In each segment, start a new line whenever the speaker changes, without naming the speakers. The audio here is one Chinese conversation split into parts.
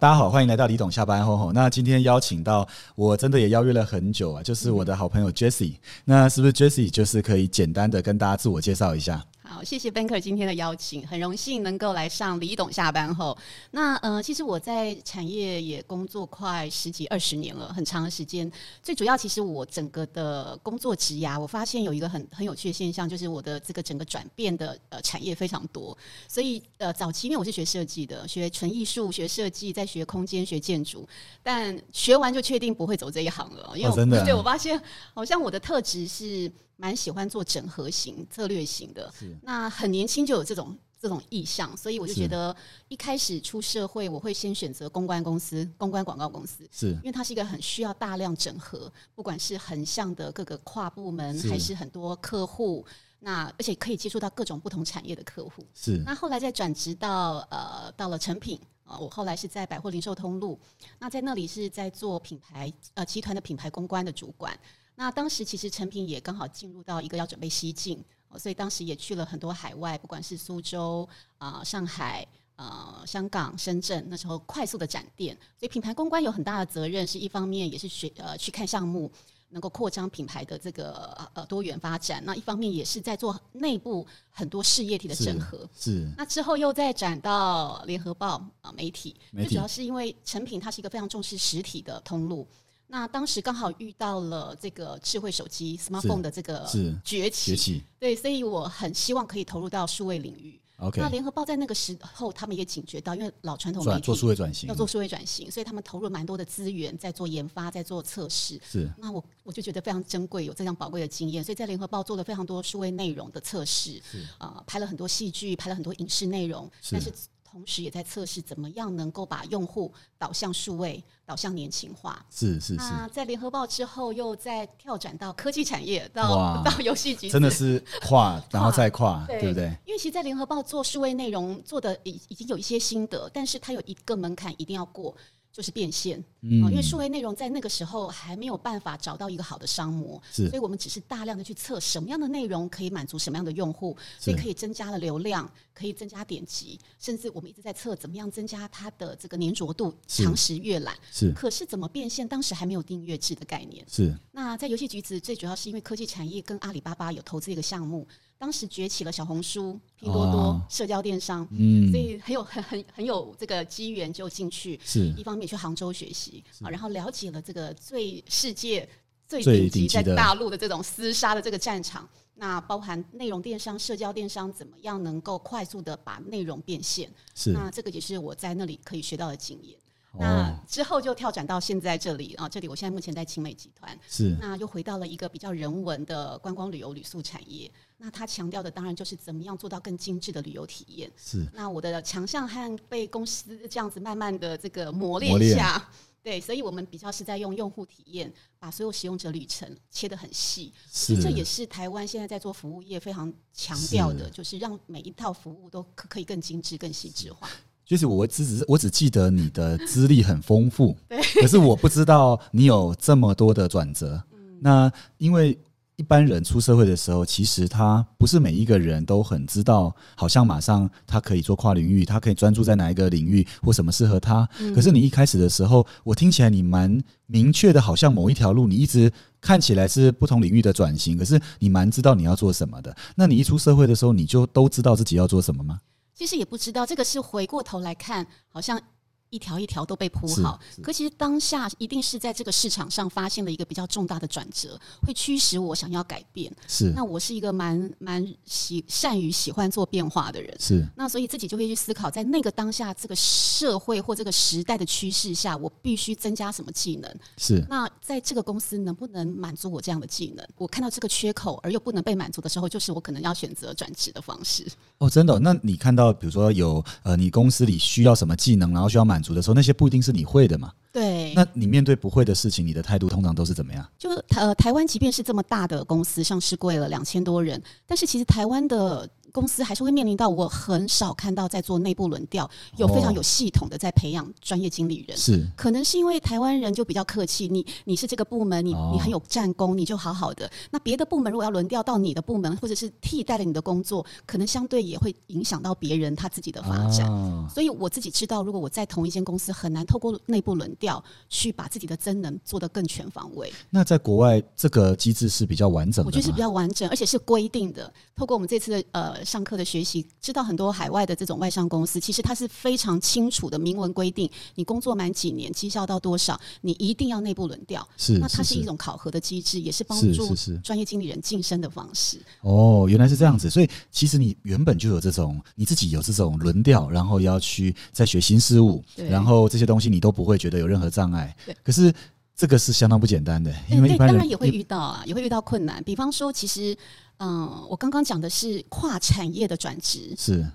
大家好，欢迎来到李董下班后吼。那今天邀请到我真的也邀约了很久啊，就是我的好朋友 Jessie。那是不是 Jessie 就是可以简单的跟大家自我介绍一下？
好，谢谢 Banker 今天的邀请，很荣幸能够来上李董下班后。那呃，其实我在产业也工作快十几二十年了，很长的时间。最主要，其实我整个的工作职涯，我发现有一个很很有趣的现象，就是我的这个整个转变的呃产业非常多。所以呃，早期因为我是学设计的，学纯艺术、学设计，再学空间、学建筑，但学完就确定不会走这一行了，因为
哦
我、
真的啊
对我发现好像我的特质是蛮喜欢做整合型、策略型的。那很年轻就有这种这种意向，所以我就是觉得一开始出社会，我会先选择公关公司、公关广告公司，
是
因为它是一个很需要大量整合，不管是横向的各个跨部门，
是
还是很多客户，那而且可以接触到各种不同产业的客户。
是
那后来再转职到呃到了成品啊、呃我后来是在百货零售通路，那在那里是在做品牌呃集团的品牌公关的主管。那当时其实成品也刚好进入到一个要准备西进，哦所以当时也去了很多海外，不管是苏州啊、上海。呃，香港、深圳那时候快速的展店，所以品牌公关有很大的责任，是一方面也是学呃去看项目，能够扩张品牌的这个呃呃多元发展，那一方面也是在做内部很多事业体的
是
整合。
是
那之后又再转到联合报啊、呃媒体，
媒体
最主要是因为成品它是一个非常重视实体的通路。那当时刚好遇到了这个智慧手机 smartphone 的这个
是
崛起，
崛起。
对，所以我很希望可以投入到数位领域。
OK，啊
那联合报在那个时候，他们也警觉到，因为老传统媒
转做数
体
位转型
要做数位转型，所以他们投入蛮多的资源在做研发，在做测试。
是
那我我就觉得非常珍贵，有这样宝贵的经验，所以在联合报做了非常多数位内容的测试，啊，拍了很多戏剧，拍了很多影视内容，
是
但是同时也在测试怎么样能够把用户导向数位，导向年轻化。
是是是，
那在联合报之后，又再跳转到科技产业，
哇
到 到游戏局，
真的是 跨，然后再跨，
对
对不对？
因为其实，在联合报做数位内容做的已已经有一些心得，但是它有一个门槛一定要过，就是变现。
嗯
啊因为数位内容在那个时候还没有办法找到一个好的商模，
是
所以我们只是大量的去测什么样的内容可以满足什么样的用户，所以
是
可以增加了流量，可以增加点击，甚至我们一直在测怎么样增加它的这个粘着度、
是
长时阅览。
是
可是怎么变现？当时还没有订阅制的概念。
是
那在游戏橘子，最主要是因为科技产业跟阿里巴巴有投资一个项目，当时崛起了小红书、拼多多、
哦
社交电商，
嗯
所以很有很很很有这个机缘就进去。
是
一方面去杭州学习，啊，然后了解了这个最世界最
最
顶
顶
级
级
在
的
大陆的这种厮杀的这个战场。那包含内容电商、社交电商怎么样能够快速的把内容变现？
是
那这个也是我在那里可以学到的经验。那
哦
之后就跳转到现在这里啊，这里我现在目前在青美集团，
是
那又回到了一个比较人文的观光旅游旅宿产业。那它强调的当然就是怎么样做到更精致的旅游体验。
是
那我的强项和被公司这样子慢慢的这个磨
磨
练
练
下，对，所以我们比较是在用用户体验，把所有使用者旅程切得很细。
是
这也是台湾现在在做服务业非常强调的，就是让每一套服务都可可以更精致、更细致化。
就是我只只我只记得你的资历很丰富，可是我不知道你有这么多的转折。那因为一般人出社会的时候，其实他不是每一个人都很知道，好像马上他可以做跨领域，他可以专注在哪一个领域或什么适合他。可是你一开始的时候，我听起来你蛮明确的，好像某一条路你一直看起来是不同领域的转型，可是你蛮知道你要做什么的。那你一出社会的时候，你就都知道自己要做什么吗？
其实也不知道，这个是回过头来看，好像一条一条都被铺好
是是。
可其实当下一定是在这个市场上发现了一个比较重大的转折，会驱使我想要改变。
是
那我是一个蛮蛮喜善于喜欢做变化的人，
是。
那所以自己就会去思考，在那个当下这个社会或这个时代的趋势下，我必须增加什么技能。
是
那在这个公司能不能满足我这样的技能？我看到这个缺口而又不能被满足的时候，就是我可能要选择转职的方式。
哦，真的哦、那你看到，比如说有呃，你公司里需要什么技能，然后需要满足的时候，那些不一定是你会的嘛。
对，
那你面对不会的事情，你的态度通常都是怎么样？
就呃，台湾即便是这么大的公司，上市贵了两千多人，但是其实台湾的公司还是会面临到我很少看到在做内部轮
哦
调，有非常有系统的在培养专业经理人。
是
可能是因为台湾人就比较客气，你你是这个部门，你
哦
你很有战功，你就好好的。那别的部门如果要轮调到你的部门，或者是替代了你的工作，可能相对也会影响到别人他自己的发展。
啊，
所以我自己知道，如果我在同一间公司，很难透过内部轮调去把自己的增能做得更全方位。
那在国外这个机制是比较完整的吗，
我觉得是比较完整，而且是规定的。透过我们这次的呃上课的学习，知道很多海外的这种外商公司，其实它是非常清楚的明文规定，你工作满几年，绩效到多少，你一定要内部轮调。
是
那它
是
是一
是
种考核的机制，也是帮
是
助
是是
专业经理人晋升的方式。
哦，原来是这样子，所以其实你原本就有这种，你自己有这种轮调，然后要去再学新事物，
对
然后这些东西你都不会觉得有任何障碍
对。
可是这个是相当不简单的，因为一
对，
般人
当然也会
一
遇到啊，也会遇到困难。比方说，其实嗯、呃我刚刚讲的是跨产业的转职，
是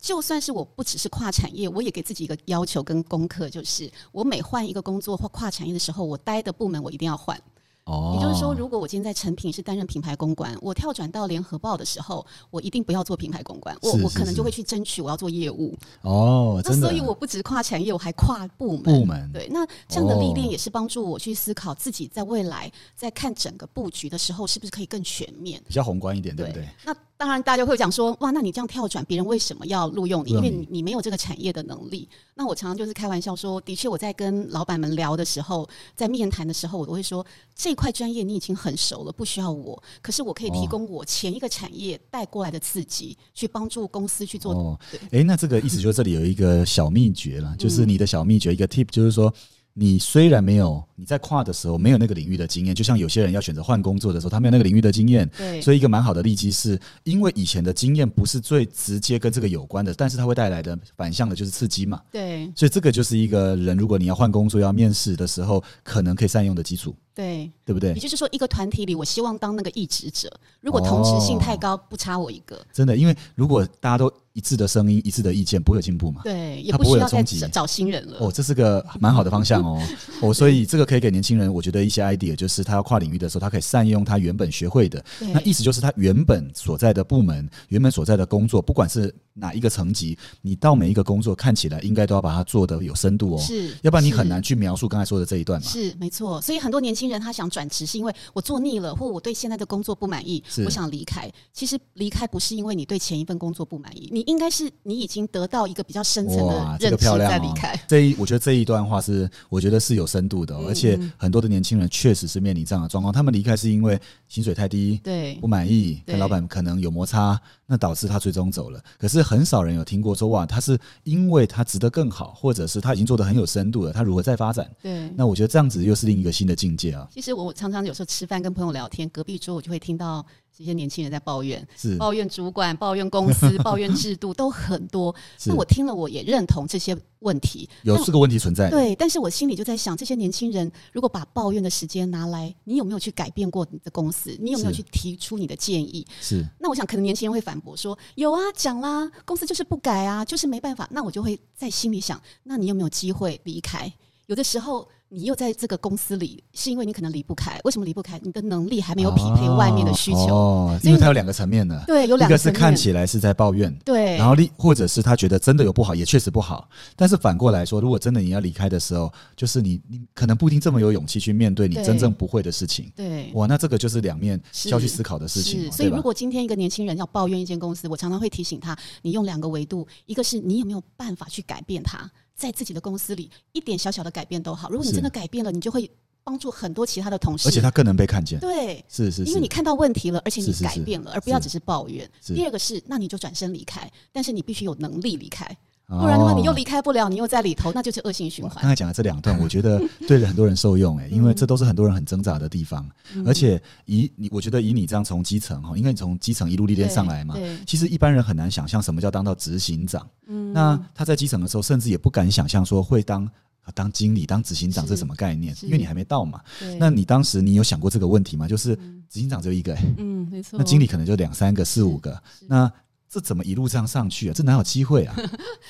就算是我不只是跨产业，我也给自己一个要求跟功课，就是我每换一个工作或跨产业的时候，我待的部门我一定要换。
哦，
也就是说，如果我今天在成品是担任品牌公关，我跳转到联合报的时候，我一定不要做品牌公关，我
是是
我可能
是
就会去争取我要做业务。
哦，
那
真的，
所以我不止跨产业，我还跨部门。
部门
对，那这样的历练
哦
也是帮助我去思考自己在未来在看整个布局的时候，是不是可以更全面。
比较宏观一点，对不对？
那当然，大家会讲说，哇，那你这样跳转，别人为什么要录用你？
录用
因为
你
你你没有这个产业的能力。那我常常就是开玩笑说，的确我在跟老板们聊的时候，在面谈的时候，我都会说，这块专业你已经很熟了，不需要我。可是我可以
哦
提供我前一个产业带过来的刺激，去帮助公司去做。嗯
哦，诶，那这个意思就是这里有一个小秘诀了，就是你的小秘诀一个 tip，就是说。你虽然没有你在跨的时候没有那个领域的经验，就像有些人要选择换工作的时候，他没有那个领域的经验，
对，
所以一个蛮好的利基是，因为以前的经验不是最直接跟这个有关的，但是它会带来的反向的就是刺激嘛。
对，
所以这个就是一个人，如果你要换工作、要面试的时候，可能可以善用的基础，
对。
对不对哦
也？就是说，一个团体里，我希望当那个一职者。如果同质性太高，不差我一个。
真的，因为如果大家都一致的声音、一致的意见，不会有进步嘛。
对，也
他
不
不会
需
有
要再
冲击
找找新人了。
哦，这是个蛮好的方向哦。 哦，所以这个可以给年轻人，我觉得一些 idea，就是他要跨领域的时候，他可以善用他原本学会的。
对
那意思就是他原本所在的部门、原本所在的工作，不管是哪一个层级，你到每一个工作看起来应该都要把它做得有深度哦，
是，
要不然你很
是
难去描述刚才说的这一段嘛。
是没错，所以很多年轻人他想转职，是因为我做腻了，或我对现在的工作不满意
是，
我想离开。其实离开不是因为你对前一份工作不满意，你应该是你已经得到一个比较深层
哇
的，
这
认
个
知
漂亮
再
哦
离开。！
这一我觉得这一段话是，我觉得是有深度的哦、而且
嗯
很多的年轻人确实是面临这样的状况，他们离开是因为薪水太低，
对
不满意，
对
跟老板可能有摩擦，那导致他最终走了。可是很少人有听过说，哇，他是因为他值得更好，或者是他已经做得很有深度了，他如何再发展？
对。
那我觉得这样子又是另一个新的境界啊！
其实我常常有时候吃饭跟朋友聊天，隔壁桌我就会听到这些年轻人在抱怨，
是啊
抱怨主管、抱怨公 司、抱怨制度都很多。
是
那我听了我也认同这些问题，
有
但
这个问题存在的，
对，但是我心里就在想，这些年轻人如果把抱怨的时间拿来，你有没有去改变过你的公司？你有没有
是
去提出你的建议？
是
那我想，可能年轻人会反驳说：“有啊，讲啦，公司就是不改啊，就是没办法。”那我就会在心里想：那你有没有机会离开？有的时候，你又在这个公司里，是因为你可能离不开。为什么离不开？你的能力还没有匹配外面的需求。
哦，
所以
因为它有两个层面呢，
对，有
一
两
个
个
是
层面
看起来是在抱怨，
对，
然后另或者是他觉得真的有不好，也确实不好。但是反过来说，如果真的你要离开的时候，就是你你可能不一定这么有勇气去面对你
对
真正不会的事情。
对。
哇，那这个就是两面
是
需要去思考的事情
是，
哦，
所以
对吧
如？果今天一个年轻人要抱怨一间公司，我常常会提醒他，你用两个维度，一个是你有没有办法去改变它，在自己的公司里一点小小的改变都好。如果你
是
真的改变了，你就会帮助很多其他的同事，
而且他更能被看见，
对。
是是
因为你
是，
看到问题了，而且你
是是是
改变了，而不要只是抱怨。
是
第二个是，那你就转身离开，但是你必须有能力离开，
不
不然的话你又离开不了，你又在里头，那就是恶性循
哦刚
环。
才讲的这两段，我觉得对很多人受用诶、
嗯
因为这都是很多人很挣扎的地方，而且以你，我觉得以你这样从基层哈，因为你从基层一路历练上来嘛
对对，
其实一般人很难想象什么叫当到执行长。
嗯
那他在基层的时候，甚至也不敢想象说会当当经理、当执行长
是
是什么概念，
是
因为你还没到嘛。
对
那你当时你有想过这个问题吗？就是执行长只有一个、诶
嗯，没错
那经理可能就两三个、四五个
是，
那这怎么一路这样上去啊？这哪有机会啊？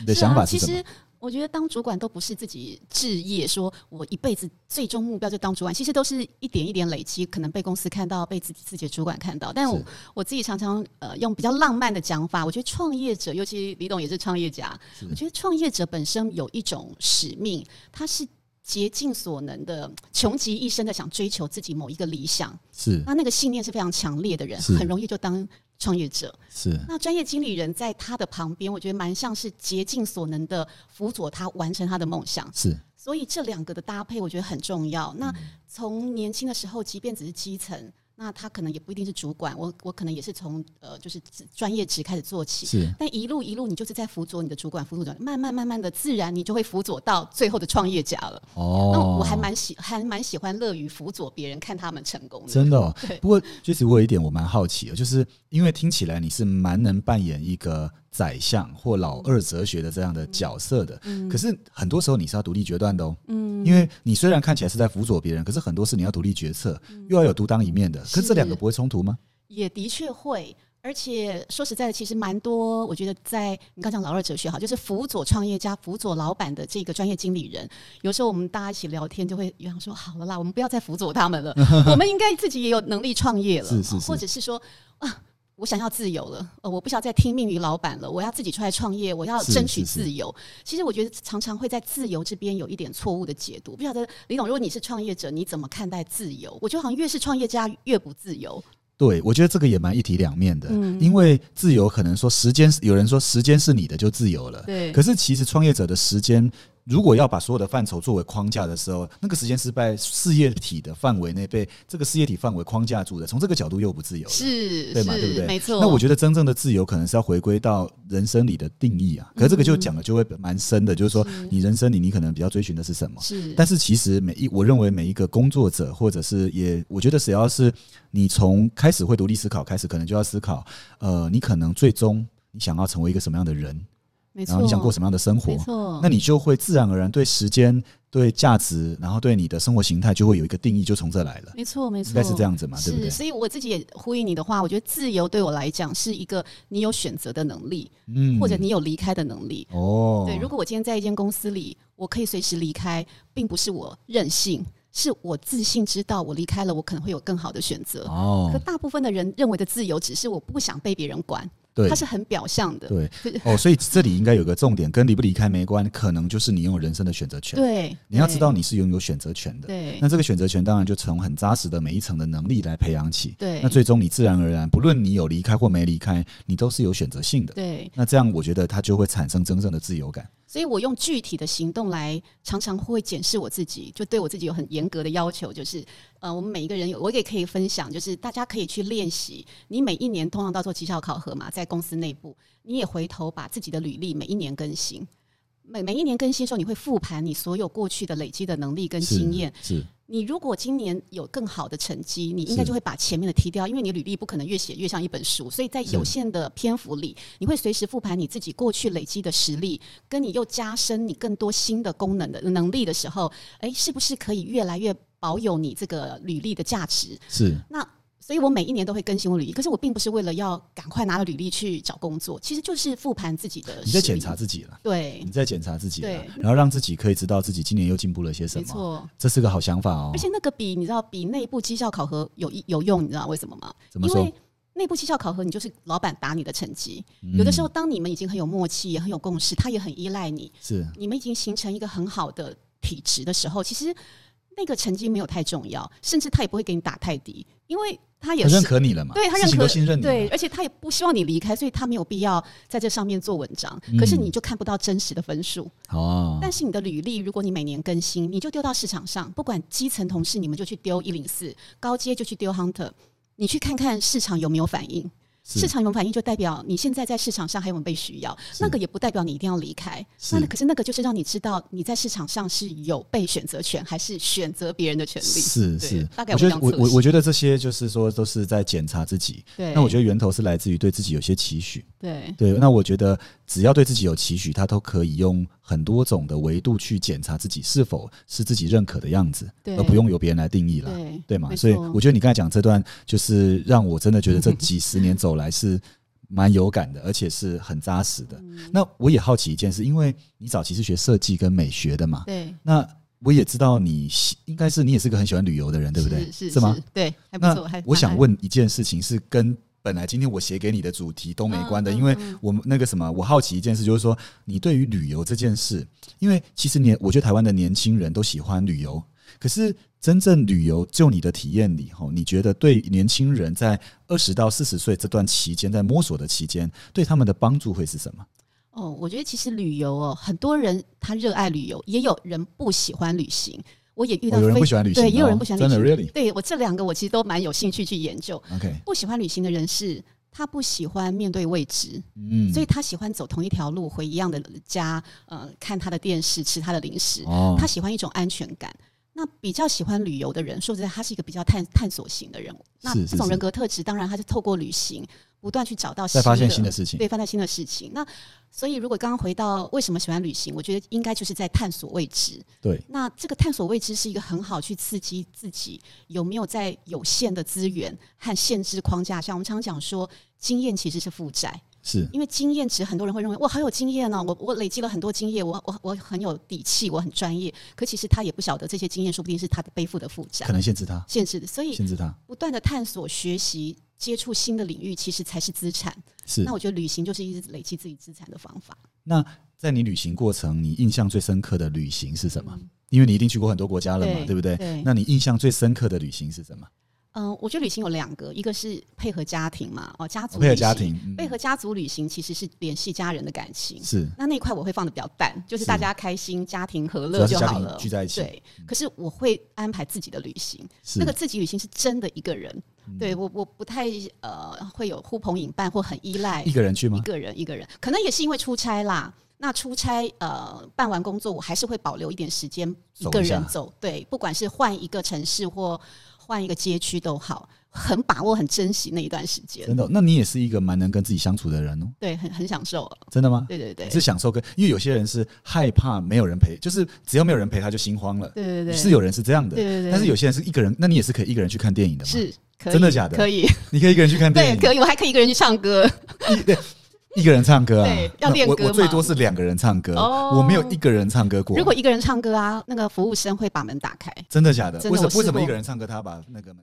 你的想法是
啊、
什
其
么？
实我觉得当主管都不是自己置业，说我一辈子最终目标就当主管，其实都是一点一点累积，可能被公司看到，被自己自己的主管看到。但我
是
我自己常常呃用比较浪漫的讲法，我觉得创业者，尤其李董也是创业家，
是
我觉得创业者本身有一种使命，他是竭尽所能的，穷极一生的想追求自己某一个理想，
是
那那个信念是非啊常强烈的人，
是
很容易就当创业者。
是
那专业经理人在他的旁边，我觉得蛮像是竭尽所能的辅佐他完成他的梦想。
是
所以这两个的搭配，我觉得很重要。那从年轻的时候，即便只是基层，那他可能也不一定是主管，我我可能也是从呃就是职专业职开始做起。
是
但一路一路，你就是在辅佐你的主管，辅佐主管，慢慢慢慢的，自然你就会辅佐到最后的创业家了。那
哦，
我还蛮喜，还蛮喜欢乐于辅佐别人，看他们成功的。
真的、哦
对。
不过 j e s s 我有一点我蛮好奇的，哦就是因为听起来你是蛮能扮演一个宰相或老二哲学的这样的角色的，
嗯
可是很多时候你是要独立决断的哦。嗯，因为你虽然看起来是在辅佐别人，可是很多事你要独立决策，
嗯
又要有独当一面的。可是这两个不会冲突吗？
也的确会。而且说实在的，其实蛮多，我觉得在你刚讲老二哲学哈，就是辅佐创业家、辅佐老板的这个专业经理人，有时候我们大家一起聊天就会有人说：“好了啦，我们不要再辅佐他 们了，我们应该自己也有能力创业了。”
是是是
或者是说啊，我想要自由了，呃，我不想再听命于老板了，我要自己出来创业，我要
是
争取
是是
自由。其实我觉得常常会在自由这边有一点错误的解读。不晓得李董，如果你是创业者，你怎么看待自由？我觉得好像越是创业家越不自由。
对，我觉得这个也蛮一体两面的，
嗯
因为自由可能说时间，有人说时间是你的就自由了，
对
可是其实创业者的时间，如果要把所有的范畴作为框架的时候，那个时间是在事业体的范围内被这个事业体范围框架住的，从这个角度又不自由了。
是，
对嘛，
是
对不对？
没错。
那我觉得真正的自由，可能是要回归到人生里的定义啊。可是这个
嗯
就讲的就会蛮深的，就是说你人生里你可能比较追寻的是什么？
是，
但是其实每一，我认为每一个工作者，或者是也，我觉得只要是你从开始会独立思考开始，可能就要思考，呃，你可能最终你想要成为一个什么样的人，
没错，
然后你想过什么样的生
没
活，
错，
那你就会自然而然对时间、对价值，然后对你的生活形态就会有一个定义，就从这来了，
没错，没错，
应该是这样子嘛，对不对
是，？所以我自己也呼应你的话，我觉得自由对我来讲是一个你有选择的能力，
嗯，
或者你有离开的能力。
哦，
对，如果我今天在一间公司里，我可以随时离开，并不是我任性，是我自信知道我离开了，我可能会有更好的选择。
哦
可，大部分的人认为的自由，只是我不想被别人管，
对
它，是很表象的。
对
是，
哦，所以这里应该有个重点，跟离不离开没关，可能就是你拥有人生的选择权。
对，
你要
对
知道，你是拥有选择权的，
对
那这个选择权当然就从很扎实的每一层的能力来培养起。
对
那最终你自然而然，不论你有离开或没离开，你都是有选择性的。
对，
那这样，我觉得它就会产生真正的自由感。
所以我用具体的行动来，常常会检视我自己，就对我自己有很严格的要求，就是呃，我们每一个人有，我也可以分享，就是大家可以去练习。你每一年通常到做绩效考核嘛，在公司内部，你也回头把自己的履历每一年更新。每每一年更新的时候，你会复盘你所有过去的累积的能力跟经验。
是
你如果今年有更好的成绩，你应该
是
就会把前面的踢掉，因为你履历不可能越写越像一本书，所以在有限的篇幅里，你会随时复盘你自己过去累积的实力，跟你又加深你更多新的功能的能力的时候，诶，是不是可以越来越保有你这个履历的价值？
是是
那所以，我每一年都会更新我履历，可是我并不是为了要赶快拿了履历去找工作，其实就是复盘自己的实力。
你在检查自己了，
呃对
你，在检查自己了
对，
然后让自己可以知道自己今年又进步了些什
没
么。
错。
这是个好想法哦
而。且那个比你知道比内部绩效考核有一有用，你知道为什么吗？
怎么
因
说
为内部绩效考核，你就是老板打你的成绩。
嗯
有的时候，当你们已经很有默契，也很有共识，他也很依赖你，
是
你们已经形成一个很好的体质的时候，其实那个成绩没有太重要，甚至他也不会给你打太低，因为他也
他认
是。
可你了嘛？
对他
事
认
情
可
都信任你了，
对，而且他也不希望你离开，所以他没有必要在这上面做文章。
嗯
可是你就看不到真实的分数，
哦，
但是你的履历，如果你每年更新，你就丢到市场上，不管基层同事，你们就去丢一零四，高阶就去丢 Hunter，你去看看市场有没有反应。
是
市场有没有反应，就代表你现在在市场上还有没有被需要。
是
那个也不代表你一定要离开。
是
那可是那个就是让你知道你在市场上是有被选择权，还是选择别人的权利。
是
对
是，
大概
我
有
觉
这
得
样
我
测
我
试
我觉得这些就是说都是在检查自己。
对，
那我觉
得
得源头是来自于对自己有些期许。
对
对，那我觉得只要对自己有期许，他都可以用很多种的维度去检查自己是否是自己认可的样子，
对
而呃不用由别人来定义了。
对
对嘛？
没
所以
错
我觉得你刚才讲这段，就是让我真的觉得这几十年走来是蛮有感的，而且是很扎实的。
嗯
那我也好奇一件事，因为你早期是学设计跟美学的嘛，
对，
那我也知道你喜应该是你也是个很喜欢旅游的人，对不对？
是是
吗？？
对，还不
那
错。还
我想
蛮
问一件事情，是跟本来今天我写给你的主题都没关
嗯
的，因为我们那个什么，我好奇一件事，就是说你对于旅游这件事，因为其实年，我觉得台湾的年轻人都喜欢旅游，可是真正旅游，就你的体验里，吼，你觉得对年轻人在二十到四十岁这段期间，在摸索的期间，对他们的帮助会是什么？
哦，我觉得其实旅游哦，很多人他热爱旅游，也有人不喜欢旅行。我也遇到
哦有人
非
不喜欢旅行
对，也有
哦
人不喜欢旅
真
行。
的 really？
对我这两个我其实都蛮有兴趣去研究。
OK，
不喜欢旅行的人是他不喜欢面对未知，
嗯，
所以他喜欢走同一条路，回一样的家，呃，看他的电视，吃他的零食。
哦
他喜欢一种安全感。那比较喜欢旅游的人，说实在，他是一个比较探探索型的人。那
是是
这种
是
人格特质，当然他是透过旅行不断去找到
再发现新的事情
对，发现新的事情。那所以，如果刚刚回到为什么喜欢旅行，我觉得应该就是在探索未知。
对，
那这个探索未知是一个很好去刺激自己有没有在有限的资源和限制框架下，我们常讲说，经验其实是负债。
是
因为经验值，很多人会认为哇，好有经验啊
嗯
呢、我我累积了很多经验，我我我很有底气，我很专业。可其实他也不晓得这些经验，说不定是他背负的负债
可、能限制他，
限制的。所以
限制他
不断的探索、学习、接触新的领域，其实才是资产。
是
那。我觉得旅行就是一直累积自己资产的方法。
那在你旅行过程，你印象最深刻的旅行是什么？因为你一定去过很多国家了嘛，
嗯对
对不对？
对
那你印象最深刻的旅行是什么？
嗯、我觉得旅行有两个，一个是配合家庭嘛，哦，家族
配合
旅
家
行
庭，嗯
配合家族旅行其实是联系家人的感情。
是
那那一块我会放的比较淡，就是
是
大家开心、家庭和
主
乐
要是
就
家
好
庭
了，
聚在一起
对，可是我会安排自己的旅行，
是
那个自己旅行是真的一个人，
嗯
对我我不太呃会有呼朋引伴或很依 赖
一个人去吗
一？个人一个人，可能也是因为出差啦。那出差呃办完工作，我还是会保留一点时间一
走一
个人
下
走，对，不管是换一个城市或换一个街区都好，很把握、很珍惜那一段时间
真，的哦？那你也是一个蛮能跟自己相处的人哦，
对，很很享受，
真的吗？
对对对
你，是享受跟，因为有些人是害怕没有人陪，就是只要没有人陪他就心慌了。
对对对，
是有人是这样的，
对对对
但是有些人是一个人，那你也是可以一个人去看电影的嘛？，
是可以，
真的假的
可以，
你可以一个人去看电
对，
影，
可以，我还可以一个人去唱歌。
一对一个人唱歌啊
对，
那
要练
我
歌
我最
嘛
多是两个人唱歌，
哦
我没有一个人唱歌过。
如果一个人唱歌啊，那个服务生会把门打开。
真的假的？
真的
为什
我
么
试
为什么
过
一个人唱歌，他把那个门